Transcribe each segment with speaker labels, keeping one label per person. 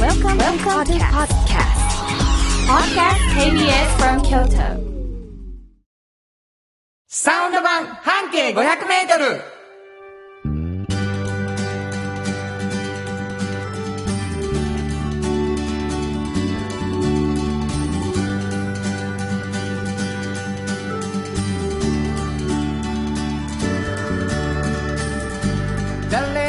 Speaker 1: Welcome, to the podcast. Podcast KBS from Kyoto.
Speaker 2: サウンド版半径500メートル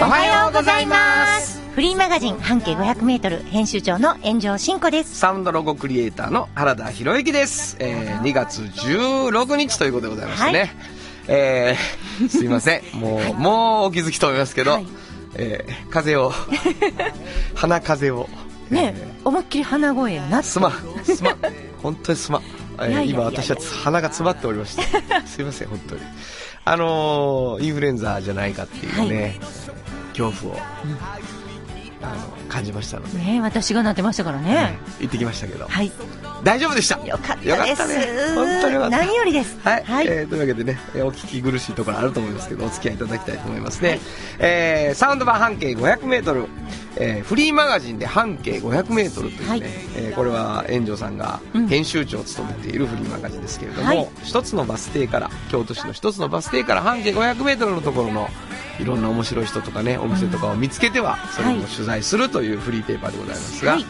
Speaker 2: おはようございます
Speaker 3: フリーマガジン半径 500m 編集長の炎上真子です
Speaker 2: サウンドロゴクリエイターの原田博之です、えー、2月16日ということでございましてね、
Speaker 3: はい
Speaker 2: えー、すいませ んもう、もうお気づきと思いますけど、
Speaker 3: はい
Speaker 2: えー風邪を 鼻風邪を
Speaker 3: ね
Speaker 2: え
Speaker 3: え思いっきり鼻声やな
Speaker 2: ーすまんすまん本当にすまん、え
Speaker 3: い
Speaker 2: ー
Speaker 3: やいやいや
Speaker 2: 今私は鼻が詰まっておりました すいません本当にあのーインフルエンザじゃないかっていうね、
Speaker 3: は
Speaker 2: 恐怖を、あの感じましたので、
Speaker 3: ねえ私がなってましたからね、
Speaker 2: 行ってきましたけど、
Speaker 3: はい
Speaker 2: 大丈夫でした
Speaker 3: よかった
Speaker 2: よ
Speaker 3: で
Speaker 2: か
Speaker 3: す、
Speaker 2: ね本当によかった
Speaker 3: 何よりです
Speaker 2: はい、
Speaker 3: はい
Speaker 2: えーというわけでね、えーお聞き苦しいところあると思いますけど、お付き合いいただきたいと思いますね。えーサウンド版半径500メートル、えーフリーマガジンで半径500メートルというね、
Speaker 3: はい
Speaker 2: えーこれは炎上さんが
Speaker 3: うん
Speaker 2: 編集長を務めているフリーマガジンですけれども、
Speaker 3: はい
Speaker 2: 一つのバス停から、京都市の一つのバス停から半径500メートルのところの、いろんな面白い人とかね、お店とかを見つけては、それを取材するというフリーペーパーでございますが、
Speaker 3: はい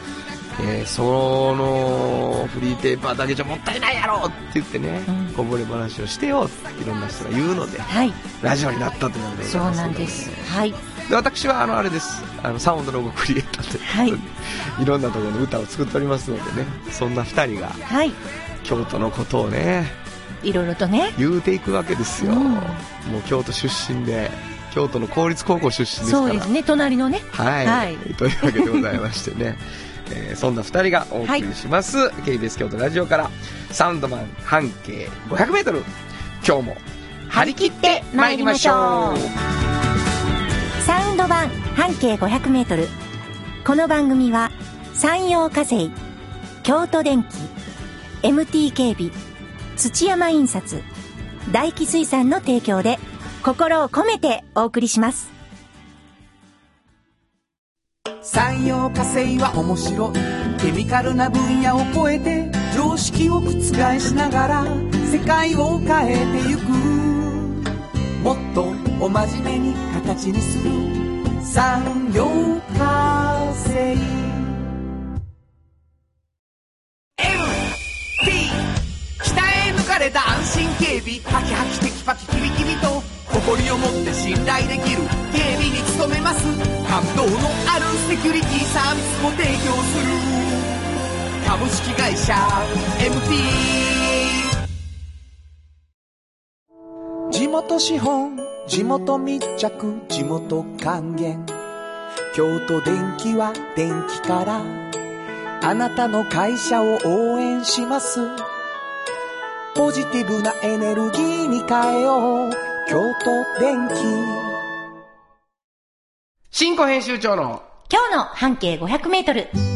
Speaker 2: えーそのフリーペーパーだけじゃもったいないやろって言ってね、
Speaker 3: うん
Speaker 2: こぼれ話をしてよっていろんな人が言うので
Speaker 3: はい
Speaker 2: ラジオになったということでご
Speaker 3: そ
Speaker 2: ざ
Speaker 3: う
Speaker 2: います
Speaker 3: なんです
Speaker 2: ね
Speaker 3: はい
Speaker 2: で私はあのあれですあのサウンドロゴクリエイターということで、い、ろんなところの歌を作っておりますのでねそんな2人が
Speaker 3: はい
Speaker 2: 京都のことをね
Speaker 3: いろいろとね
Speaker 2: 言うていくわけですよ、
Speaker 3: うん
Speaker 2: もう京都出身で京都の公立高校出身ですか
Speaker 3: そ
Speaker 2: ら
Speaker 3: うですね隣のね
Speaker 2: はい、
Speaker 3: はい
Speaker 2: というわけでございまして ね、えーそんな2人がお送りします、KBS 京都ラジオからサウンドマン半径 500m 今日も張り切ってまいりましょう
Speaker 3: サウンド版半径 500m この番組は山陽火星京都電機 MT 警備土山印刷大気水産の提供で心を込めてお送りします
Speaker 4: 産業化成は面白いケミカルな分野を超えて常識を覆しながら世界を変えてゆくもっとお真面目に形にする産業化成 MT 北へ抜かれた安心警備ハキハキテキパキキビキビと誇りを持って信頼できる警備に努めます感動のあるセキュリティサービスも提供する株式会社 MT 地元資本地元密着地元還元京都電気は電気からあなたの会社を応援しますポジティブなエネルギーに変えよう京都電気
Speaker 2: 新庫編集長の
Speaker 3: 今日の半径 500m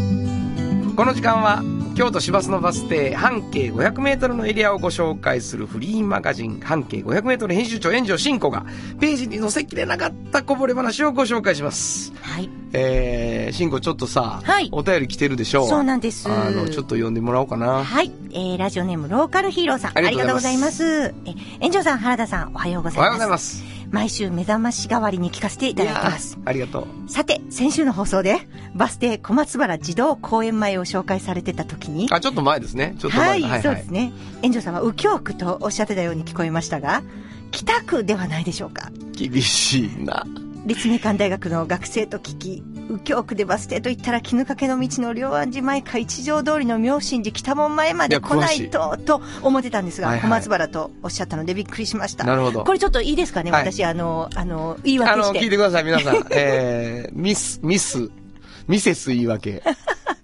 Speaker 2: この時間は京都市バスのバス停半径 500m のエリアをご紹介するフリーマガジン半径 500m 編集長炎上真子がページに載せきれなかったこぼれ話をご紹介します
Speaker 3: はい
Speaker 2: えー、慎吾ちょっとさ、
Speaker 3: はい
Speaker 2: お便り来てるでしょ
Speaker 3: そうなんです
Speaker 2: あの、ちょっと読んでもらおうかな。
Speaker 3: はい、えー、ラジオネームローカルヒーローさん
Speaker 2: あ
Speaker 3: あ
Speaker 2: り
Speaker 3: り
Speaker 2: が
Speaker 3: が
Speaker 2: と
Speaker 3: と
Speaker 2: う
Speaker 3: うござ
Speaker 2: ござい
Speaker 3: い
Speaker 2: ま
Speaker 3: ますえ園長さん原田さんおはようございます
Speaker 2: おはようございます。
Speaker 3: 毎週目覚まし代わりに聞かせていただいてます
Speaker 2: いやーありがとう。
Speaker 3: さて、先週の放送で、バス停小松原児童公園前を紹介されてた時に、
Speaker 2: あ、ちょっと前ですね。ちょっと
Speaker 3: は
Speaker 2: 前
Speaker 3: い、
Speaker 2: だ
Speaker 3: そうですね。園長さんは右京区とおっしゃってたように聞こえましたが、北区ではないでしょうか。
Speaker 2: 厳しいな。
Speaker 3: 立命館大学の学生と聞き、右京区でバス停と言ったら絹掛けの道の両安寺前か一条通りの妙心寺北門前ま
Speaker 2: いや
Speaker 3: で
Speaker 2: 詳
Speaker 3: 来
Speaker 2: しい
Speaker 3: ないと、と思ってたんですが、
Speaker 2: はいはい
Speaker 3: 小松原とおっしゃったのでびっくりしました。
Speaker 2: なるほど
Speaker 3: これちょっといいですかね、
Speaker 2: はい
Speaker 3: 私、あの、あの、言い訳
Speaker 2: あの、
Speaker 3: し
Speaker 2: 聞い
Speaker 3: て。
Speaker 2: てください、皆さ ん。えー、ミス、ミス、ミセス言 い訳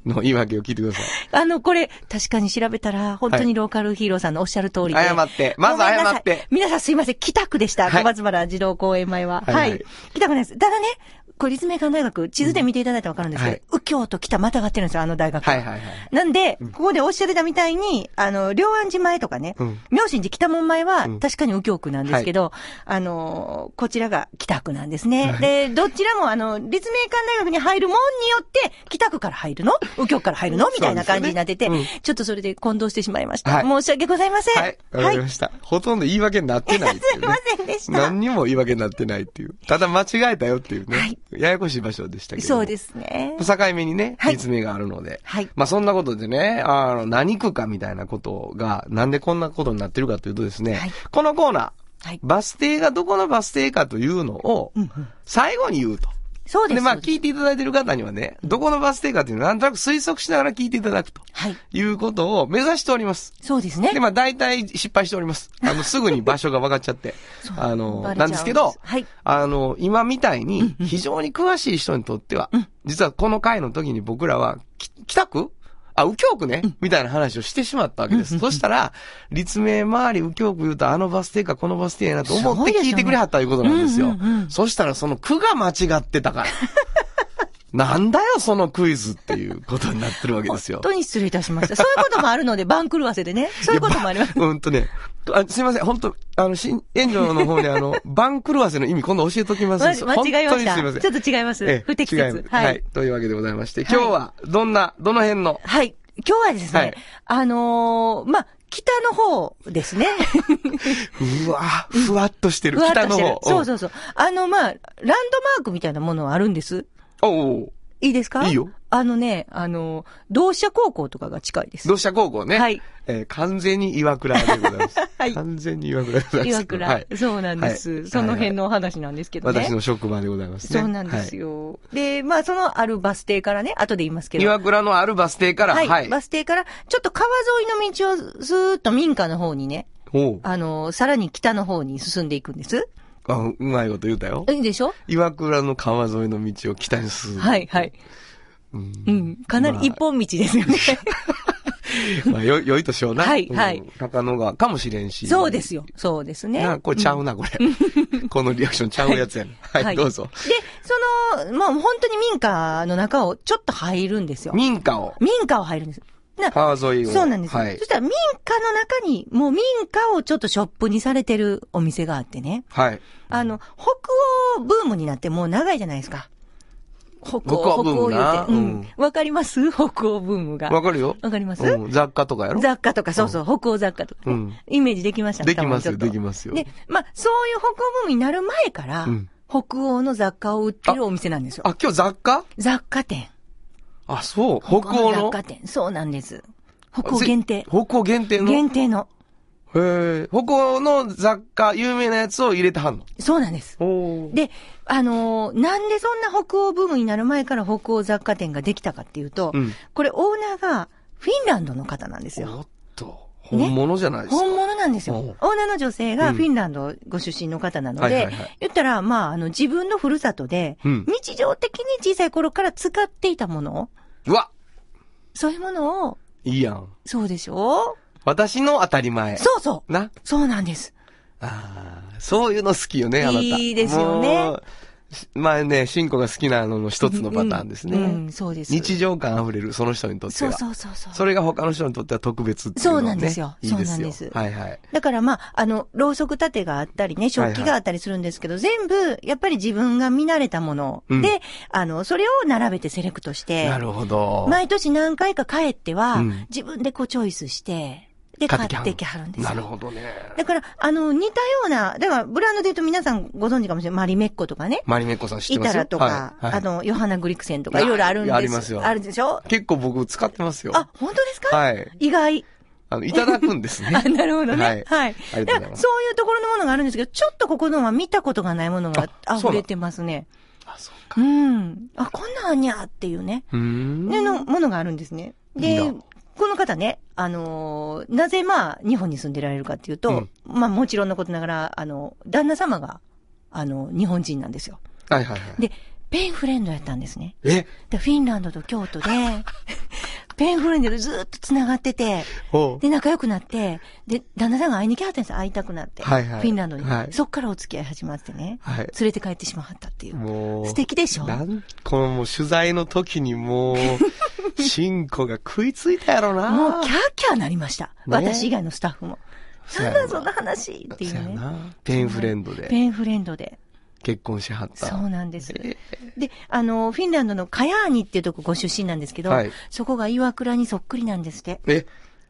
Speaker 2: の言い訳を聞いてください。
Speaker 3: あの、これ、確かに調べたら、本当にローカルヒーローさんのおっしゃる通りで。
Speaker 2: 謝って。まず
Speaker 3: ごめんな
Speaker 2: 謝
Speaker 3: さい
Speaker 2: って。
Speaker 3: 皆さんすいません、北区でした。
Speaker 2: はい
Speaker 3: 小松原児童公園前は。
Speaker 2: は
Speaker 3: はいい、
Speaker 2: はい
Speaker 3: 北区なんです。ただね、これ立命館大学、地図で見ていただいたらわかるんですけど、
Speaker 2: はい
Speaker 3: 右京と北またがってるんですよ、あの大学。
Speaker 2: はいはいはい。
Speaker 3: なんで、ここでおっしゃってたみたいに、あの、両安寺前とかね、
Speaker 2: うん
Speaker 3: 明神寺北門前は
Speaker 2: うん
Speaker 3: 確かに右京区なんですけど、あの、こちらが北区なんですね。で、どちらもあの、立命館大学に入る門によって、北区から入るの右京区から入るのみたいな感じになってて、
Speaker 2: そうです
Speaker 3: ちょっとそれで混同してしまいました。
Speaker 2: はい
Speaker 3: 申し訳ございません。
Speaker 2: はい、わかりました。ほとんど言い訳になってないっていう、ね。
Speaker 3: すいませんでした
Speaker 2: 何にも言い訳になってないっていう。ただ間違えたよっていうね。
Speaker 3: はい
Speaker 2: ややこしい場所でしたけど。
Speaker 3: そうですね。
Speaker 2: 境目にね、
Speaker 3: はい
Speaker 2: 立命があるので。
Speaker 3: はい
Speaker 2: まあそんなことでね、あの、何区かみたいなことが、なんでこんなことになってるかというとですね、
Speaker 3: はい
Speaker 2: このコーナー、
Speaker 3: はい
Speaker 2: バス停がどこのバス停かというのを
Speaker 3: んうん、
Speaker 2: 最後に言うと。
Speaker 3: そうです。
Speaker 2: まあ
Speaker 3: そうです
Speaker 2: 聞いていただいてる方にはね、どこのバス停かっていうのをなんとなく推測しながら聞いていただくと。
Speaker 3: はい。
Speaker 2: いうことを目指しております。
Speaker 3: そうですね
Speaker 2: で、。まあ大体失敗してお ります。あの、すぐに場所が分かっちゃって
Speaker 3: そう。
Speaker 2: あの、
Speaker 3: バレちゃうんです
Speaker 2: なんですけど、
Speaker 3: はい
Speaker 2: あの、今みたいに、非常に詳しい人にとっては、実はこの回の時に僕らは、き北区あ、右京区ね、みたいな話をしてしまったわけです。そしたら、立命周り右京区言うと、あのバス停かこのバス停やなと思って聞いてくれはったということなんですよ。
Speaker 3: すごいですよねうんうんうん
Speaker 2: そしたら、その区が間違ってた から。なんだよ、そのクイズっていうことになってるわけですよ
Speaker 3: 本。当に失礼いたしました。そういうこともあるので、番狂わせでね。そういうこともあります。
Speaker 2: うんとね、あすいません、本当あの、新、援助の方に あの、番狂わせの意味、今度教えときます。
Speaker 3: わ間違えました。
Speaker 2: 本当にすいません。
Speaker 3: ちょっと違います。
Speaker 2: ええ
Speaker 3: 不適
Speaker 2: 違いま
Speaker 3: 切
Speaker 2: す。は、
Speaker 3: はいい。
Speaker 2: というわけでございまして、今日は、どんな、どの辺の、
Speaker 3: はい。今日はですね、
Speaker 2: はい
Speaker 3: あのーまあ、北の方ですね。
Speaker 2: うわふわっとしてる、
Speaker 3: ふわっと
Speaker 2: 北の
Speaker 3: してる
Speaker 2: 方。
Speaker 3: そうそうそう。あの、まあ、ランドマークみたいなものはあるんです。
Speaker 2: うん。おうおう
Speaker 3: いいですか
Speaker 2: いいよ。
Speaker 3: あのね、あのー、同志社高校とかが近いです。
Speaker 2: 同志社高校ね。
Speaker 3: はい。
Speaker 2: えー完全に岩倉でございます。
Speaker 3: はい
Speaker 2: 完全に岩倉でございます。
Speaker 3: 岩倉、
Speaker 2: はい。
Speaker 3: そうなんです、
Speaker 2: はい
Speaker 3: その辺のお話なんですけどね。
Speaker 2: 私の職場でございますね。
Speaker 3: そうなんです
Speaker 2: はい
Speaker 3: よ、で、まあ、そのあるバス停からね、後で言いますけど。
Speaker 2: 岩倉のあるバス停から、は
Speaker 3: はい、
Speaker 2: い。
Speaker 3: バス停から、ちょっと川沿いの道をずーっと民家の方にね、
Speaker 2: おう
Speaker 3: あの、さらに北の方に進んでいくんです。
Speaker 2: あうまいこと言うたよ。
Speaker 3: いいでしょ
Speaker 2: 岩倉の川沿いの道を北に進む。
Speaker 3: はい、はい。うん。かなり一本道です よね。
Speaker 2: まあ、よ、 良いとしような。
Speaker 3: はいはい
Speaker 2: うん高野川かもしれん し。
Speaker 3: そうですよ。そうですね。
Speaker 2: なあ、これちゃう な、これ。このリアクションちゃうやつやね。はい、どうぞ
Speaker 3: で。、その、まあ、本当に民家の中をちょっと入るんですよ。
Speaker 2: 民家を、
Speaker 3: 民家を入るんです。な
Speaker 2: 川沿いを。
Speaker 3: そうなんですよ、
Speaker 2: はい
Speaker 3: そ。したら民家の中に、もう民家をちょっとショップにされてるお店があってね。
Speaker 2: はい。
Speaker 3: あの、北欧ブームになってもう長いじゃないですか。北欧、
Speaker 2: 北欧ブーム
Speaker 3: 北言
Speaker 2: な
Speaker 3: うて。う
Speaker 2: うん
Speaker 3: ん。わかります北欧ブームが。
Speaker 2: わかるよ。
Speaker 3: わかります
Speaker 2: うん雑貨とかやろ
Speaker 3: 雑貨とか、そうそう、北欧雑貨とかね、
Speaker 2: うん
Speaker 3: イメージできました
Speaker 2: できますよ、
Speaker 3: 多分
Speaker 2: で
Speaker 3: ち
Speaker 2: き
Speaker 3: ょっと
Speaker 2: ますよ。
Speaker 3: で、まあ、そういう北欧ブームになる前から、
Speaker 2: うん
Speaker 3: 北欧の雑貨を売ってるお店なんですよ。
Speaker 2: あ、今日雑貨
Speaker 3: 雑貨店。
Speaker 2: あ、そう。北欧の。
Speaker 3: 雑貨店。そうなんです。北欧限定
Speaker 2: ぜ。北欧限定の。へ
Speaker 3: 限定の。
Speaker 2: え。北欧の雑貨、有名なやつを入れてはんの。
Speaker 3: そうなんです。
Speaker 2: おー
Speaker 3: で、あのーなんでそんな北欧ブームになる前から北欧雑貨店ができたかっていうと、
Speaker 2: うん
Speaker 3: これオーナーがフィンランドの方なんですよ。
Speaker 2: おっと。本物じゃないですか。
Speaker 3: 本物なんですよ。
Speaker 2: お
Speaker 3: オ
Speaker 2: う
Speaker 3: ーナーの女性がフィンランドご出身の方なの
Speaker 2: はい
Speaker 3: で
Speaker 2: はいはい、
Speaker 3: 言ったら、まあ、あの、自分のふるさとで、
Speaker 2: うん
Speaker 3: 日常的に小さい頃から使っていたもの、
Speaker 2: うわ
Speaker 3: そういうものを、
Speaker 2: いいやん。
Speaker 3: そうでしょ
Speaker 2: 私の当たり前。
Speaker 3: そうそう
Speaker 2: な。
Speaker 3: そうなんです。
Speaker 2: ああ、そういうの好きよね、あなた。
Speaker 3: いいですよね
Speaker 2: もう。しまあね、シンコが好きなのの一つのパターンですね。
Speaker 3: うんうんそうです。
Speaker 2: 日常感あふれる、その人にとって
Speaker 3: そ
Speaker 2: は。
Speaker 3: うそうそうそう。
Speaker 2: それが他の人にとっては特別っていうのは、ね。
Speaker 3: そうなんですよ
Speaker 2: いいですよ。
Speaker 3: そうなんです
Speaker 2: はいはい。
Speaker 3: だからまあ、あの、ろうそく立てがあったりね、食器があったりするんですけど、全部、やっぱり自分が見慣れたもので、
Speaker 2: うん
Speaker 3: あの、それを並べてセレクトして、
Speaker 2: なるほど。
Speaker 3: 毎年何回か帰っては、
Speaker 2: うん
Speaker 3: 自分でこうチョイスして、で、
Speaker 2: 買
Speaker 3: 買
Speaker 2: ってきはん
Speaker 3: ってきはるんですよ。
Speaker 2: なるほどね。
Speaker 3: だから、あの、似たような、だから、ブランドで言うと皆さんご存知かもしれない。マリメッコとかね、
Speaker 2: マリメッコさん知って
Speaker 3: イ
Speaker 2: ます
Speaker 3: タラとか、
Speaker 2: はいはい
Speaker 3: あの、ヨハナ・グリクセンとか、いろいろあるんです
Speaker 2: ありますよ
Speaker 3: あるでしょ
Speaker 2: 結構僕使ってますよ。
Speaker 3: あ、本当ですか、
Speaker 2: はい。
Speaker 3: 意外。
Speaker 2: あの、いただくんですね。
Speaker 3: あ、なるほど
Speaker 2: は
Speaker 3: ね
Speaker 2: い。
Speaker 3: はい。
Speaker 2: ありがとうご
Speaker 3: だ
Speaker 2: ざ
Speaker 3: か
Speaker 2: い
Speaker 3: ら
Speaker 2: ます
Speaker 3: そういうところのものがあるんですけど、ちょっとここのは見たことがないものが
Speaker 2: あそうな
Speaker 3: 溢
Speaker 2: の
Speaker 3: れてますね。
Speaker 2: あ、そうか。
Speaker 3: うん。あ、こんなんあんにゃーっていうね。
Speaker 2: うーん。
Speaker 3: ねのものがあるんですね。
Speaker 2: いい
Speaker 3: で
Speaker 2: な、
Speaker 3: この方ね、あのーなぜまあ、日本に住んでられるかっていうと、まあもちろんのことながら、あの、旦那様が、あの、日本人なんですよ。
Speaker 2: はいはいはい。
Speaker 3: で、ペンフレンドやったんですね。
Speaker 2: え
Speaker 3: で、フィンランドと京都で、ペンフレンドでずっと繋がってて、
Speaker 2: おう
Speaker 3: で、仲良くなって、で、旦那さんが会いに来はったんですよ会いたくなって。
Speaker 2: はいはい
Speaker 3: フィンランドに。
Speaker 2: はい
Speaker 3: そっからお付き合い始まってね。
Speaker 2: はい
Speaker 3: 連れて帰ってしまったっていう。
Speaker 2: もう。
Speaker 3: 素敵でしょ
Speaker 2: なん、このもう取材の時にも う、シンコが食いついたやろな。
Speaker 3: もうキャーキャーなりました。
Speaker 2: ね
Speaker 3: 私以外のスタッフも。
Speaker 2: そ
Speaker 3: な
Speaker 2: や
Speaker 3: ん
Speaker 2: ろ
Speaker 3: だそんな話っていう
Speaker 2: そや
Speaker 3: ね。
Speaker 2: な。ペンフレンドで
Speaker 3: ペンフレンドで。
Speaker 2: 結婚しはった。
Speaker 3: そうなんです。
Speaker 2: え
Speaker 3: で、あの、フィンランドのカヤーニっていうとこご出身なんですけど、
Speaker 2: はい
Speaker 3: そこが岩倉にそっくりなんですって。
Speaker 2: え、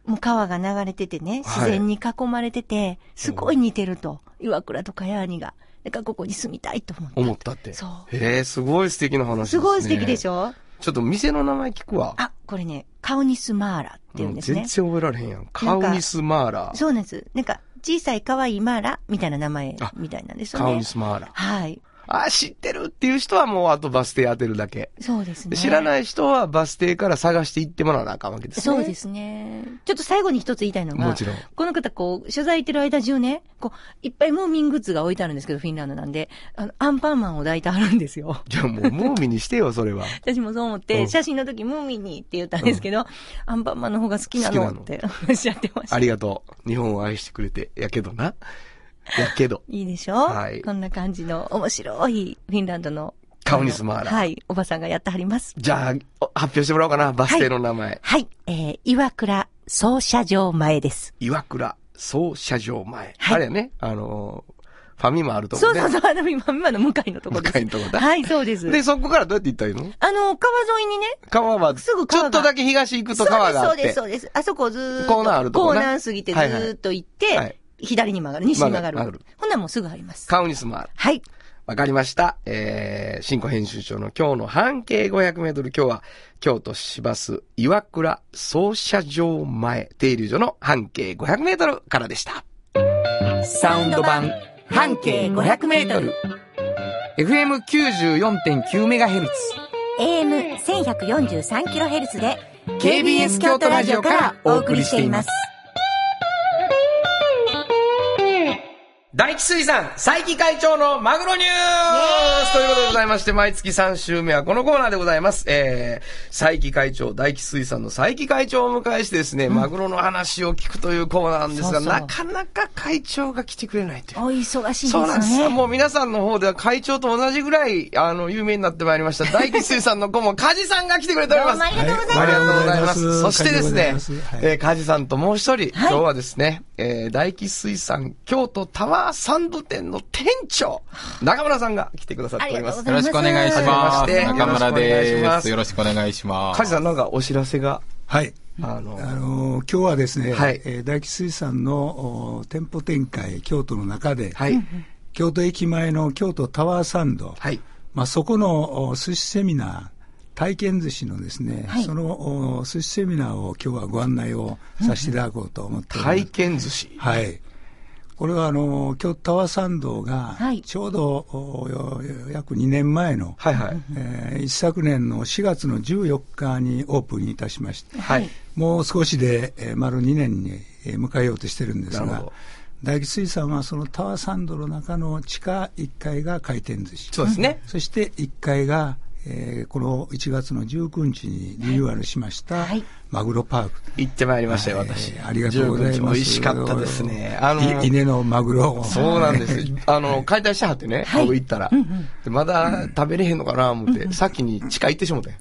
Speaker 3: もう川が流れててね、自
Speaker 2: はい
Speaker 3: 然に囲まれてて、すごい似てると。岩倉とカヤーニが。だからここに住みたいと思った。
Speaker 2: 思ったって。
Speaker 3: そう
Speaker 2: へえ、すごい素敵な話です、ね。
Speaker 3: すごい素敵でし
Speaker 2: ょ。
Speaker 3: ょ
Speaker 2: ちょっと店の名前聞くわ。
Speaker 3: あ、これね、カオニスマーラっていうんです
Speaker 2: も
Speaker 3: ね
Speaker 2: う。全然覚えられへんやん。カウニスマーラ。
Speaker 3: そうなんです。なんか、小さい可愛いマーラみたいな名前
Speaker 2: あ
Speaker 3: みたいなんですよね。
Speaker 2: カウニスマーラ。
Speaker 3: はい。
Speaker 2: あ、知ってるっていう人はもうあとバス停当てるだけ。
Speaker 3: そうですね。
Speaker 2: 知ら
Speaker 3: い。
Speaker 2: ない人はバス停から探して行ってもらわなあかんわけですね。
Speaker 3: そうですね。ちょっと最後に一つ言いたいのが、
Speaker 2: もちろん
Speaker 3: この方、こう、取材行ってる間中ね、こう、いっぱいムーミングッズが置いてあるんですけど、フィンランドなんで、あの、アンパンマンを抱いてあるんですよ。
Speaker 2: じゃあもう、ムーミンにしてよ、それは。
Speaker 3: 私もそう思っ
Speaker 2: う
Speaker 3: て、
Speaker 2: ん
Speaker 3: 写真の時、ムーミンにって言ったんですけど、アンパンマンの方が好きなのっておっしゃってました。
Speaker 2: あ
Speaker 3: い
Speaker 2: りがとう。日本を愛してくれて。やけどな。やけど。
Speaker 3: いでしょ
Speaker 2: はい
Speaker 3: こんな感じの面白いフィンランドの。
Speaker 2: カウニスマーラ
Speaker 3: あのはい。おばさんがやってはります。
Speaker 2: じゃあ、お発表してもらおうかな、バス停の名前。
Speaker 3: はい。えー、岩倉総社場前です。
Speaker 2: 岩倉総車場前。
Speaker 3: はい
Speaker 2: あれやね、あのーファミマあるとこ
Speaker 3: そう
Speaker 2: ね。
Speaker 3: そうそう、あの、今、今の向かいのところです。
Speaker 2: 向かいのとこだ
Speaker 3: はい、そうです。
Speaker 2: で、そこからどうやって行ったらいいの
Speaker 3: あの、川沿いにね、
Speaker 2: 川は、
Speaker 3: すぐ川が
Speaker 2: ちょっとだけ東行くと川があって。
Speaker 3: そうです、そうです、そうです。あそこをずーっと。
Speaker 2: コーナーあるとこ
Speaker 3: コー
Speaker 2: ね
Speaker 3: ナー過ぎてず
Speaker 2: はいはい
Speaker 3: ーっと行っ
Speaker 2: はい
Speaker 3: て、左に曲がる、西に曲がる。
Speaker 2: 曲がる曲
Speaker 3: ほんならもうすぐあります。
Speaker 2: カウニスマーラ。
Speaker 3: はい。
Speaker 2: わかりました。えー、新庫編集長の今日の半径500メートル、今日は京都市バス岩倉総車場前停留所の半径500メートルからでした。
Speaker 5: サウンド版半径500メートル。FM94.9 メガヘルツ。
Speaker 3: AM1143kHz で
Speaker 5: KBS 京都ラジオからお送りしています。
Speaker 2: 大吉水産、佐伯会長のマグロニュースということでございまして、毎月3週目はこのコーナーでございます。えー、佐伯会長、大吉水産の佐伯会長をお迎えしてですね、マグロの話を聞くというコーナーなんですが、
Speaker 3: そうそう
Speaker 2: なかなか会長が来てくれないという
Speaker 3: お。忙しいです
Speaker 2: そうなんです
Speaker 3: よ
Speaker 2: よ。
Speaker 3: ね。
Speaker 2: もう皆さんの方では会長と同じぐらい、あの、有名になってまいりました。大吉水産の子 も、梶さんが来てくれております。
Speaker 3: どうもありがとうございます
Speaker 2: ありがとうございます。そ
Speaker 6: はい
Speaker 2: してです
Speaker 6: あ
Speaker 2: ね
Speaker 6: りがとうございますは、い
Speaker 2: えー梶さんともう一人、今日はですね、えー大吉水産京都タワーサンド店の店長、中村さんが来てくださっておりま
Speaker 3: あ
Speaker 2: す。
Speaker 5: よ
Speaker 3: りが
Speaker 5: ろ
Speaker 3: と
Speaker 5: し
Speaker 3: う
Speaker 5: く
Speaker 3: ご
Speaker 5: お
Speaker 3: ざい
Speaker 5: 願
Speaker 3: ま
Speaker 5: い
Speaker 3: す
Speaker 5: します。
Speaker 2: はじめまして
Speaker 5: 中村
Speaker 2: よろしくお願いしま
Speaker 5: ですす。よろしくお願いします。
Speaker 2: 梶さんなんかお知らせが、
Speaker 6: はい。
Speaker 2: あの、
Speaker 6: あのー今日はですね、
Speaker 2: はい
Speaker 6: えー大吉水産のおー店舗展開、京都の中で、
Speaker 2: はい。
Speaker 6: 京都駅前の京都タワーサンド、
Speaker 2: はい。
Speaker 6: まあ、そこのお寿司セミナー、体験寿司のですね、
Speaker 3: はい
Speaker 6: そのお寿司セミナーを今日はご案内をさせていただこうと思っております。
Speaker 2: 体験寿司。
Speaker 6: はい。これはあの、京都タワー参道が
Speaker 3: はい、
Speaker 6: ちょうど、およ約2年前の、
Speaker 2: はいはい。
Speaker 6: えー一昨年の4月の14日にオープンいたしまして、
Speaker 2: はい。
Speaker 6: もう少しで、えー丸2年にえー迎えようとしてるんで
Speaker 2: な
Speaker 6: す
Speaker 2: るほ
Speaker 6: が
Speaker 2: ど、
Speaker 6: 大吉水産はそのタワーサンドの中の地下1階が回転寿司。
Speaker 2: そうですね。
Speaker 6: そして1階が、えーこの1月の19日にリニューアルしました、
Speaker 3: はい
Speaker 6: マグロパーク。
Speaker 2: 行ってまいりましたよ、私。
Speaker 6: えーありがとうござい
Speaker 2: 15
Speaker 6: ます。
Speaker 2: 美味しかったですね。あの、
Speaker 6: い稲のマグロを。
Speaker 2: そうなんですよ。あの、解体してはってね、僕行ったら。で、まだ食べれへんのかな思って、先に地下行ってしもてん。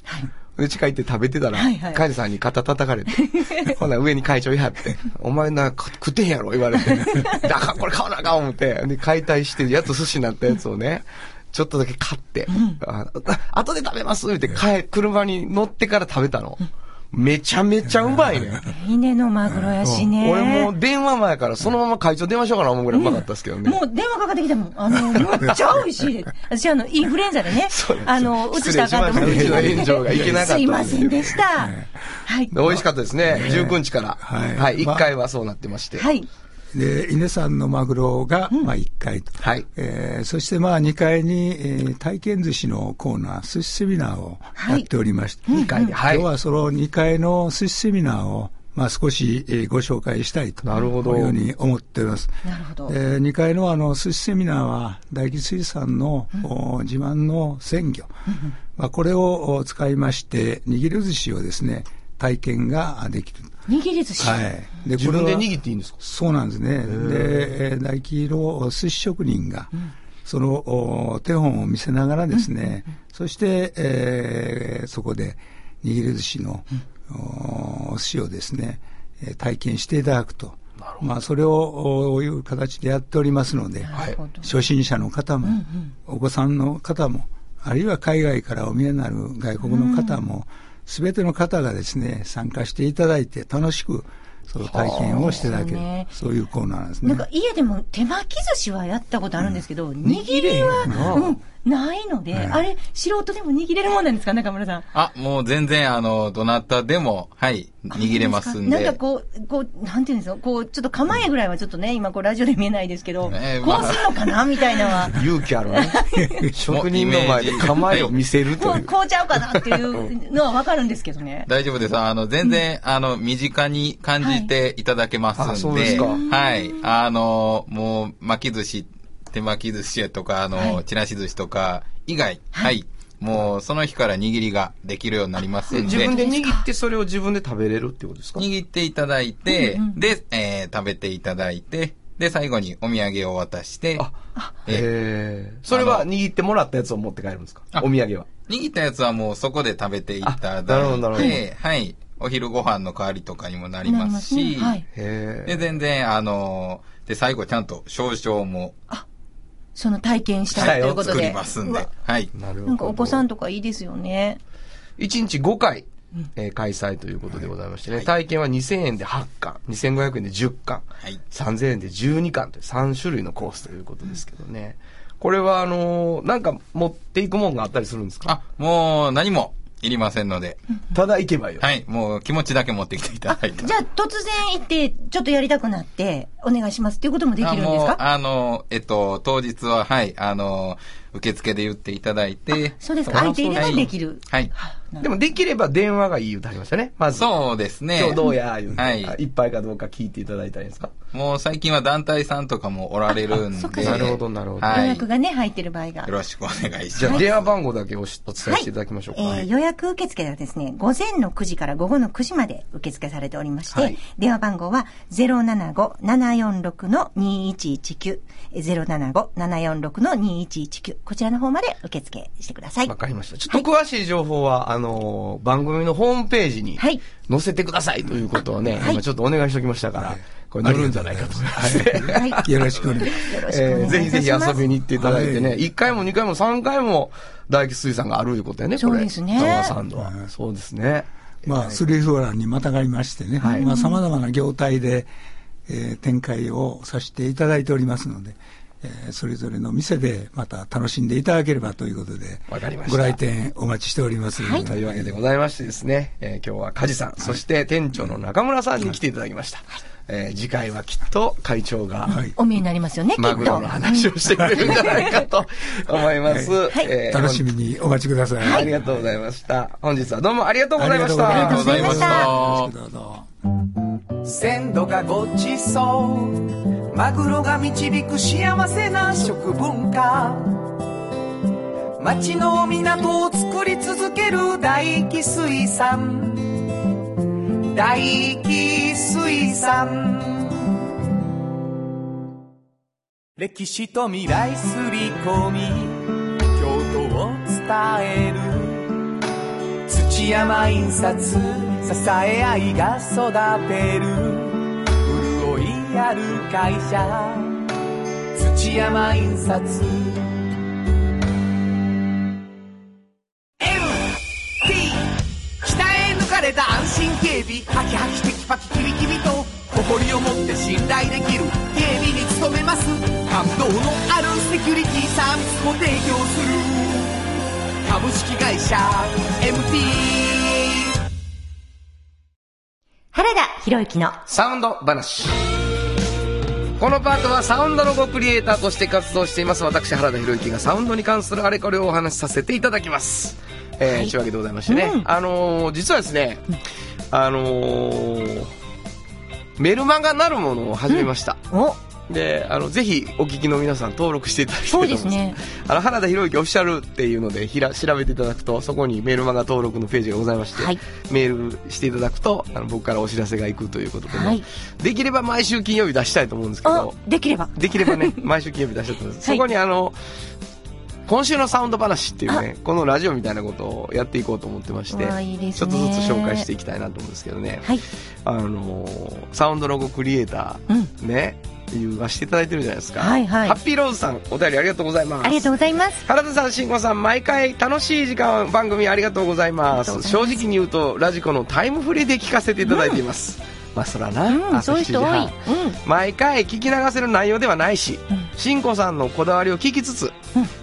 Speaker 2: で、地下行って食べてたら
Speaker 3: はいは、い
Speaker 2: カエルさんに肩叩 かれて、ほな上に会長いはって、お前な、か食ってへんやろ言われ て、だからこれ買わなあかん思って、で、解体して、やっと寿司になったやつをね、ちょっとだけ買って、あ後で食べますって、帰、車に乗ってから食べたの。めちゃめちゃうまいね。
Speaker 3: 稲のマグロやしね。
Speaker 2: 俺もう電話前からそのまま会長電話しようかな思うぐらいうまかったですけどね。
Speaker 3: もう電話かかってきたもん。あ の、むっちゃ美味しいです。私、あの、インフルエンザでね
Speaker 2: そうなん、です
Speaker 3: あの、うつしたらあかんと思って
Speaker 2: 失礼しましたうちの園長がいけなかっ
Speaker 3: す
Speaker 2: たんですけ
Speaker 3: い
Speaker 2: ど
Speaker 3: ませんでした。はい。
Speaker 2: で美味しかったですね。19日から。は。
Speaker 6: はいい
Speaker 2: はい。
Speaker 6: ま
Speaker 2: 1
Speaker 6: あ
Speaker 2: 回はそうなってまして。
Speaker 3: はい。
Speaker 6: で、稲さんのマグロが、まあ1階と。
Speaker 2: はい
Speaker 6: えーそしてまあ2階に、えー体験寿司のコーナー、寿司セミナーをやっておりまして、
Speaker 2: 2回で。は
Speaker 6: 今
Speaker 2: い
Speaker 6: 日。はその2階の寿司セミナーを、まあ少し、えーご紹介したいと。
Speaker 2: なるほど
Speaker 6: こういうふうに思っています。
Speaker 3: なるほど。
Speaker 6: えー2階のあの寿司セミナーは大吉水産の、お自慢の鮮魚、まあ、これをお使いまして握り寿司をですね体験ができる。
Speaker 3: 握り寿司。
Speaker 6: はい。で
Speaker 2: 自分で
Speaker 6: これは
Speaker 2: 握っていいんですか
Speaker 6: そうなんですね。で、えー大企の寿司職人が、そのお手本を見せながらですね、そして、えーそこで握り寿司の、おお寿司をですね、えー体験していただくと。まあ、それを、おいう形でやっておりますので、
Speaker 2: はい。
Speaker 6: 初心者の方も、お子さんの方も、あるいは海外からお見えになる外国の方も、すべての方がですね、参加していただいて、楽しく、その体験をしていただける
Speaker 3: はあ、
Speaker 6: そういうコーナーなんです
Speaker 3: なん
Speaker 6: ね。
Speaker 3: か家でも手巻き寿司はやったことあるんですけど、握りは、うん、ないので、あれ、素人でも握れるもんなんですか、中村さん。
Speaker 7: あ、もう全然、あの、どなたでも、はい、握れますんで。
Speaker 3: なんかこう、こう、なんていうんですか、こう、ちょっと構えぐらいはちょっとね、今こうラジオで見えないですけど、
Speaker 7: ね
Speaker 3: こ
Speaker 7: まあ
Speaker 3: うするのかなみたいなのは。
Speaker 2: 勇気あるわね。職人の前で構えを見せると
Speaker 3: こ、
Speaker 2: いうう。
Speaker 3: こうちゃうかなっていうのはわかるんですけどね。
Speaker 7: 大丈夫です。あの、全然、あの、身近に感じていただけますんで。
Speaker 2: あそうですか
Speaker 7: はい。あの、もう、巻き寿司、手巻き寿司やとか、あの、
Speaker 3: はい
Speaker 7: ちらし寿司とか以外、はい。もう、その日から握りができるようになりますんで。
Speaker 2: で自分で握って、それを自分で食べれるってことですか
Speaker 7: 握っていただいて、で、えー食べていただいて、で、最後にお土産を渡して、えー
Speaker 2: へえ。それは握ってもらったやつを持って帰るんですか
Speaker 7: あ
Speaker 2: お土産は。
Speaker 7: 握ったやつはもうそこで食べていた
Speaker 2: あなるほ
Speaker 7: だ
Speaker 2: どないる
Speaker 7: て、はい、お昼ご飯の代わりとかにも なりますし、
Speaker 3: なりはい。
Speaker 2: へ
Speaker 7: で、
Speaker 2: え。
Speaker 7: 全然、あのーで、最後ちゃんと少々も
Speaker 3: その体験したいということ
Speaker 7: 作り
Speaker 3: で。
Speaker 7: ますん
Speaker 3: う
Speaker 7: で
Speaker 3: わ、
Speaker 7: はい。
Speaker 2: なるほど。
Speaker 3: なんかお子さんとかいいですよね。
Speaker 2: 1日5回、えー開催ということでございましてね、体験は2000円で8巻、2500円で10巻、
Speaker 7: はい
Speaker 2: 3000円で12巻という3種類のコースということですけどね。これはあのーなんか持っていくもんがあったりするんですか
Speaker 7: あ、もう何もいりませんので、
Speaker 2: ただ行けばいいよ。
Speaker 7: はい、もう気持ちだけ持ってきていただいた
Speaker 3: じゃあ突然行って、ちょっとやりたくなって、お願いしますっていうこともできるんですか
Speaker 7: あもう、あの、えっと、当日は、はい、あの、受付で言っていただいて。
Speaker 3: そうですか。空いていればできる。
Speaker 7: はい。
Speaker 2: でもできれば電話がいい言うてありましたね。まず。
Speaker 7: そうですね。
Speaker 2: 今日どうや言うて、、
Speaker 7: はいい。
Speaker 2: っぱいかどうか聞いていただいたらいいんですか
Speaker 7: もう最近は団体さんとかもおられるん
Speaker 3: そっか
Speaker 7: で。
Speaker 3: そっかなる
Speaker 2: ほどなるほど
Speaker 7: は
Speaker 3: 予
Speaker 7: い。
Speaker 3: 約
Speaker 7: よ
Speaker 3: がね、入ってる場合が。
Speaker 7: ろしくお願いし
Speaker 2: じゃ
Speaker 7: ま
Speaker 2: あ
Speaker 7: す。
Speaker 2: 電話番号だけおしお伝えしていただきましょうか。
Speaker 3: えー予約受付はですね、午前の9時から午後の9時まで受付されておりまして、
Speaker 2: はい
Speaker 3: 電話番号は075-746-2119、えー075-746-2119、こちらの方まで受付してください。
Speaker 2: わかりました。ちょっと詳しい情報は、あの、番組のホームページに
Speaker 3: はい
Speaker 2: 載せてくださいということをね、
Speaker 3: はい
Speaker 2: 今ちょっとお願いしておきましたから、これ乗るんじゃないかと思いますね。
Speaker 3: はい。よ
Speaker 6: よろしくお願いします。
Speaker 3: ろしくお願いいた
Speaker 2: え
Speaker 3: しま
Speaker 2: ー
Speaker 3: す。
Speaker 2: ぜひぜひ遊びに行っていただいてね、
Speaker 6: は
Speaker 2: 一1回も2回も3回も大吉水産があるいうことやね、これ。
Speaker 3: そうですね
Speaker 2: サワーサンドは
Speaker 6: はい
Speaker 2: そうですね。
Speaker 6: まあ、スリーフロアにまたがりましてね、まあ、様々な業態で、えー展開をさせていただいておりますので、えーそれぞれの店でまた楽しんでいただければということで、
Speaker 2: わかりました
Speaker 6: ご来店お待ちしておりますので、
Speaker 2: というわけでございましてですね、えー今日は梶さん、そして店長の中村さんに来ていただきました。えー次回はきっと会長が、
Speaker 6: はい
Speaker 3: お見えになりますよね、きっ
Speaker 2: マグロ
Speaker 3: と
Speaker 2: の。話をしてくれるんじゃないかと思います。
Speaker 3: はい
Speaker 2: えー
Speaker 6: 楽しみにお待ちください。
Speaker 2: ありがとうございました。本日はどうもありがとうございました。
Speaker 6: ありが
Speaker 3: とうございました
Speaker 6: よろしくどうぞ。
Speaker 4: 鮮度がごちそうマグロが導く幸せな食文化町の港を作り続ける大気水産大気水産歴史と未来すり込み京都を伝える土山印刷支え合いが育てる潤いある会社土山印刷 MT 鍛え抜かれた安心警備ハキハキテキパキキビキビと誇りを持って信頼できる警備に努めます感動のあるセキュリティサービスも提供する株式会社 MT
Speaker 3: 原田博之の
Speaker 2: サウンド話。このパートはサウンドロゴクリエイターとして活動しています私原田博之がサウンドに関するあれこれをお話しさせていただきます。えーというわけでございましてね、あのー実はですね、あのーメルマガなるものを始めました。
Speaker 3: お
Speaker 2: であのぜひお聞きの皆さん登録していただきたいと
Speaker 3: そう
Speaker 2: 思い
Speaker 3: で
Speaker 2: ます
Speaker 3: すね。
Speaker 2: あの原田博之オフィシャルっていうのでひら調べていただくとそこにメールマガ登録のページがございまして、
Speaker 3: はい
Speaker 2: メールしていただくとあの僕からお知らせがいくということでね、
Speaker 3: はい
Speaker 2: できれば毎週金曜日出したいと思うんですけ
Speaker 3: あ
Speaker 2: ど、
Speaker 3: できれば。
Speaker 2: できればね 毎週金曜日出したいと思います、
Speaker 3: はい
Speaker 2: そこにあの今週のサウンド話っていうねこのラジオみたいなことをやっていこうと思ってまして
Speaker 3: うわいいです
Speaker 2: ちょ
Speaker 3: ね
Speaker 2: っとずつ紹介していきたいなと思うんですけどね、
Speaker 3: はい。
Speaker 2: あのーサウンドロゴクリエイター、ね言わせていただいてるじゃないですか、
Speaker 3: はいはい
Speaker 2: ハッピーローズさんお便りありがとうございます
Speaker 3: ありがとうございます。
Speaker 2: 原田さん、慎吾さん、毎回楽しい時間、番組ありがとうございます。
Speaker 3: ありがとう
Speaker 2: 正
Speaker 3: ございます
Speaker 2: 直に言うと、ラジコのタイムフリーで聞かせていただいています。まあ、そらな、
Speaker 3: うん、
Speaker 2: 朝
Speaker 3: そういう
Speaker 2: 7時
Speaker 3: 人多い。うん
Speaker 2: 半。。毎回聞き流せる内容ではないし、慎吾さんのこだわりを聞きつつ、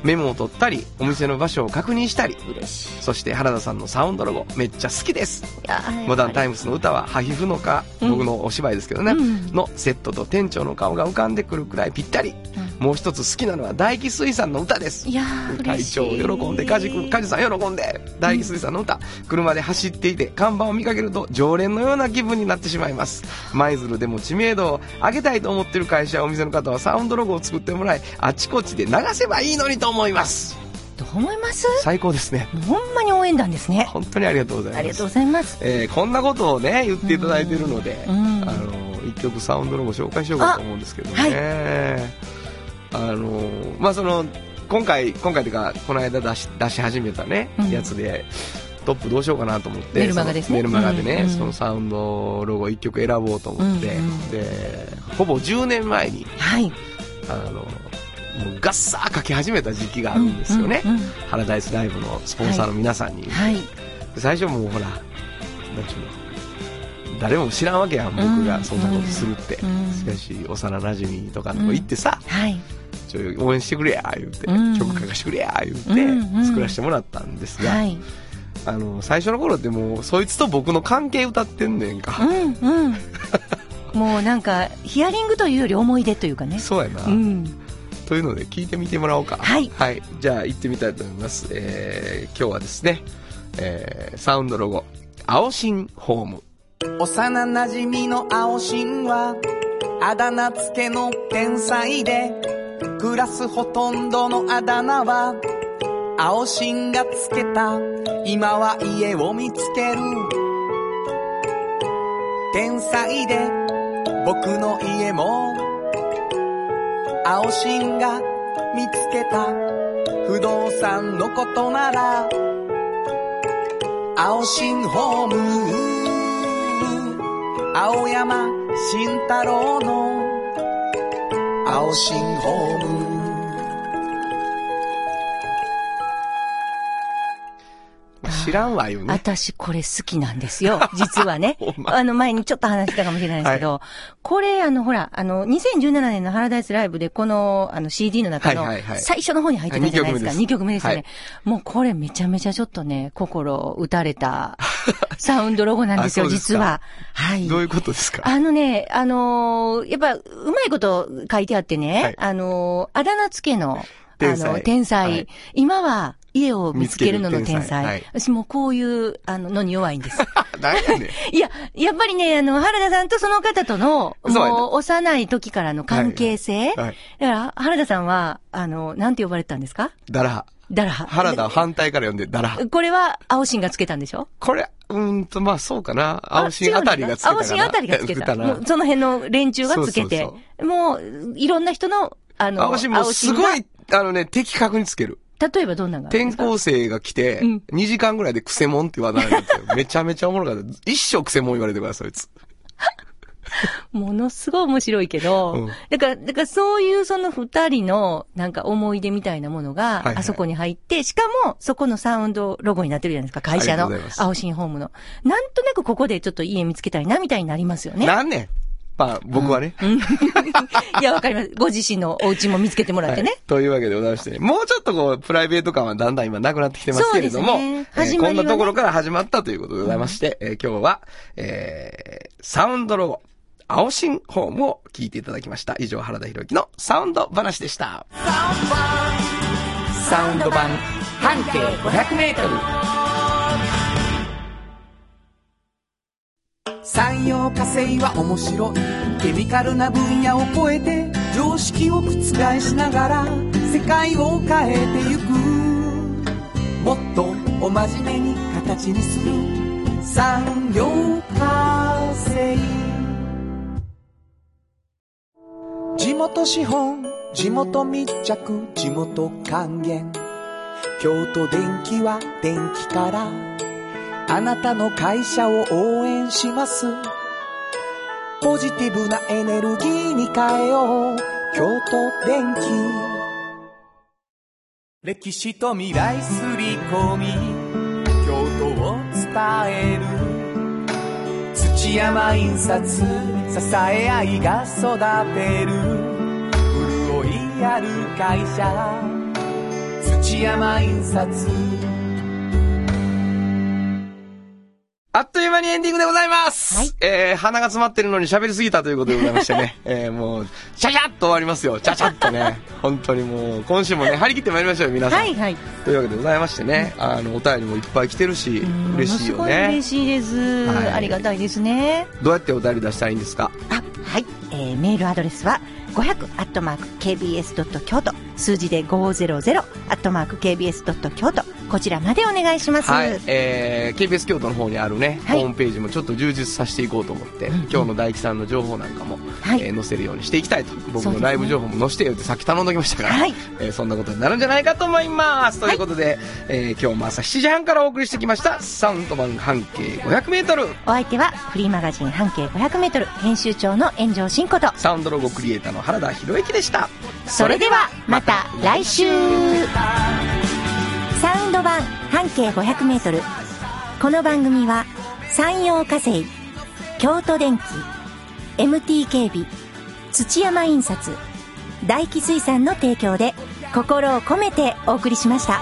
Speaker 2: メモを取ったり、お店の場所を確認したり、
Speaker 3: 嬉しい。
Speaker 2: そして原田さんのサウンドロゴ、めっちゃ好きです。
Speaker 3: いやー
Speaker 2: モダンタイムスの歌は、ハヒフのか、僕のお芝居ですけどね、
Speaker 3: うん
Speaker 2: のセットと店長の顔が浮かんでくるくらいぴったり。もう一つ好きなのは、大木水産の歌です
Speaker 3: い。やー
Speaker 2: 会
Speaker 3: 嬉し
Speaker 2: 長
Speaker 3: い。
Speaker 2: 喜んで梶君梶さん喜んで大木水さんの歌、車で走っていて看板を見かけると常連のような気分になってしまいます舞鶴でも知名度を上げたいと思ってる会社やお店の方はサウンドロゴを作ってもらいあちこちで流せばいいのにと思います
Speaker 3: どう思います
Speaker 2: 最高ですね
Speaker 3: ほんまに応援団ですね。
Speaker 2: 本当にありがとうございます
Speaker 3: ありがとうございます。
Speaker 2: えーこんなことをね言っていただいてるので、
Speaker 3: うん
Speaker 2: あの一曲サウンドロゴ紹介しようかと思うんですけどね
Speaker 3: あは
Speaker 2: あのまあその今回今回というかこの間出し出し始めたね、
Speaker 3: うん
Speaker 2: やつでトップどうしようかなと思って
Speaker 3: メルマガですね
Speaker 2: そのメルマガでね、
Speaker 3: うんうん
Speaker 2: そのサウンドロゴ1曲選ぼうと思って、
Speaker 3: うんうん
Speaker 2: でほぼ10年前に
Speaker 3: はい。
Speaker 2: あのもうガッサー書き始めた時期があるんですよね、
Speaker 3: うんうんうん
Speaker 2: ハラダイスライブのスポンサーの皆さんに、
Speaker 3: はい。
Speaker 2: 最初もうほらなんちゅうの誰も知らんわけやん僕
Speaker 3: う
Speaker 2: が
Speaker 3: ん
Speaker 2: そんなことするって、
Speaker 3: うん
Speaker 2: しかし幼なじみとかのとこ行ってさ、
Speaker 3: はい。
Speaker 2: ちょ応援してくれや言うて、
Speaker 3: うん
Speaker 2: 曲書かしてくれや言うて、
Speaker 3: うんうん
Speaker 2: 作らせてもらったんですが、
Speaker 3: はい。
Speaker 2: あの最初の頃ってもうそいつと僕の関係歌ってんねんか、
Speaker 3: うん うん。もうなんか、ヒアリングというより思い出というかね。
Speaker 2: そうやな、
Speaker 3: うん。
Speaker 2: というので聞いてみてもらおうか
Speaker 3: はい
Speaker 2: じゃあ行ってみたいと思います、えー今日はですね、えーサウンドロゴ青新ホーム
Speaker 4: 幼なじみの青信はあだ名付けの天才で暮らすほとんどのあだ名は青信がつけた今は家を見つける天才で僕の家も青信が見つけた不動産のことなら青信ホーム青山慎太郎の青信ホーム
Speaker 2: 知らんわよね
Speaker 3: 私これ好きなんです よ。実はね
Speaker 2: ほん。ま
Speaker 3: あの前にちょっと話したかもしれないですけど、これあのほら、あの2017年のハラダイスライブでこのあの CD の中の
Speaker 2: はいはいはい
Speaker 3: 最初の方に入ってたじゃないですか。
Speaker 2: はい
Speaker 3: 2
Speaker 2: 二
Speaker 3: 曲
Speaker 2: 曲
Speaker 3: 目
Speaker 2: 目
Speaker 3: で
Speaker 2: ですす
Speaker 3: よね。もうこれめちゃめちゃちょっとね、心打たれたサウンドロゴなんですよ、
Speaker 2: あそうです
Speaker 3: 実
Speaker 2: か
Speaker 3: は。はい。
Speaker 2: どういうことですか
Speaker 3: あのね、あのーやっぱ、うまいこと書いてあってね、
Speaker 2: はい
Speaker 3: あのーあだ名付けの、あ
Speaker 2: 天才
Speaker 3: の、天才。
Speaker 2: はい
Speaker 3: 今は、家を見つけるのの
Speaker 2: 見つけ
Speaker 3: 天
Speaker 2: る天才
Speaker 3: 才。
Speaker 2: はい
Speaker 3: 私もうこういう、あの、のに弱いん です。
Speaker 2: 何やねん
Speaker 3: いや、やっぱりね、あの、原田さんとその方との、
Speaker 2: そうやな
Speaker 3: もう、幼い時からの関係性。
Speaker 2: いはい
Speaker 3: だから、原田さんは、あの、なんて呼ばれてたんですか
Speaker 2: ダラハ
Speaker 3: ダラハ。
Speaker 2: 原田を反対から呼んで、だら。
Speaker 3: これは、青信がつけたんでしょ
Speaker 2: これ、うーんと、まあそうかな。青新あたりがつけたかな。
Speaker 3: 青新あたりがつけた。
Speaker 2: な
Speaker 3: もうその辺の連中がつけて
Speaker 2: そう。
Speaker 3: もう、いろんな人の、あの、
Speaker 2: 青新もうすご
Speaker 3: 青
Speaker 2: い、あのね、的確につける。
Speaker 3: が。例えばどんなのがあるんです
Speaker 2: 転
Speaker 3: か
Speaker 2: 校生が来て、
Speaker 3: うん
Speaker 2: 2時間ぐらいでクセモンって言わないんですよ。めちゃめちゃおもろかった。一生クセモン言われてください、そいつ。
Speaker 3: ものすごい面白いけど、
Speaker 2: うん
Speaker 3: だから、だからそういうその二人のなんか思い出みたいなもの
Speaker 2: はいは
Speaker 3: が
Speaker 2: い
Speaker 3: あそこに入って、しかもそこのサウンドロゴになってるじゃないですか、会社
Speaker 2: あ
Speaker 3: の
Speaker 2: りがとうございま。す
Speaker 3: 青新ホームの。なんとなくここでちょっと家見つけたいなみたいになります よね。
Speaker 2: なんねん。まあ僕はね。
Speaker 3: いや、わかります。ご自身のお家も見つけてもらってね
Speaker 2: は。いというわけでございまして、もうちょっとこう、プライベート感はだんだん今なくなってきてますけれども、
Speaker 3: そうですね
Speaker 2: えー
Speaker 3: 始まり
Speaker 2: こ
Speaker 3: はね
Speaker 2: んなところから始まったということでございまして、えー今日は、えー、サウンドロゴ、青新ホームを聞いていただきました。以上、原田博之のサウンド話でした。
Speaker 8: サウンド版半径500メートル
Speaker 4: 産業化成は面白いケミカルな分野を超えて常常識を覆しながら世界を変えてゆくもっとお真面目に形にする産業化成地元資本地元密着地元還元京都電気は電気からあなたの会社を応援しますポジティブなエネルギーに変えよう京都電気歴史と未来すり込み京都を伝える土山印刷支え合いが育てる潤いある会社土山印刷
Speaker 2: あっという間にエンディングでございます。えー、鼻が詰まってるのに喋りすぎたということでございまして ね。えー、もう、シャシャッと終わりますよ。シャシャッとね。本当にもう、今週もね、張り切ってまいりましょうよ、皆さん。
Speaker 9: はいはい。
Speaker 2: というわけでございましてね、あの、お便りもいっぱい来てるし、嬉しいよ
Speaker 9: ものすごい
Speaker 2: ね
Speaker 9: 嬉。しいです、
Speaker 2: はい
Speaker 9: ありがたいですね。
Speaker 2: どうやってお便り出したらいいんですか
Speaker 9: あ、はい。えーメールアドレスは、500アットマーク KBS ドット京都、数字で500アットマーク KBS ドット京都、こちらまでお願いします。
Speaker 2: はい、えー、KBS 京都の方にあるね、
Speaker 9: はい
Speaker 2: ホームページもちょっと充実させていこうと思って、今日の大吉さんの情報なんかも、
Speaker 9: はい
Speaker 2: えー載せるようにしていきたいと僕
Speaker 9: そうです
Speaker 2: の
Speaker 9: ね
Speaker 2: ライブ情報も載せてよってさっき頼んどきましたから、
Speaker 9: はい
Speaker 2: えーそんなことになるんじゃないかと思いますということで、えー今日も朝7時半からお送りしてきましたサウンド版半径 500m
Speaker 9: お相手は、フリーマガジン半径500メートル編集長の炎上真子と、
Speaker 2: サウンドロゴクリエイターの原田博之でした
Speaker 9: それでは、また来週
Speaker 3: サウンド版半径500メートル。この番組は山陽火星、京都電機、MT 警備、土山印刷、大気水産の提供で心を込めてお送りしました。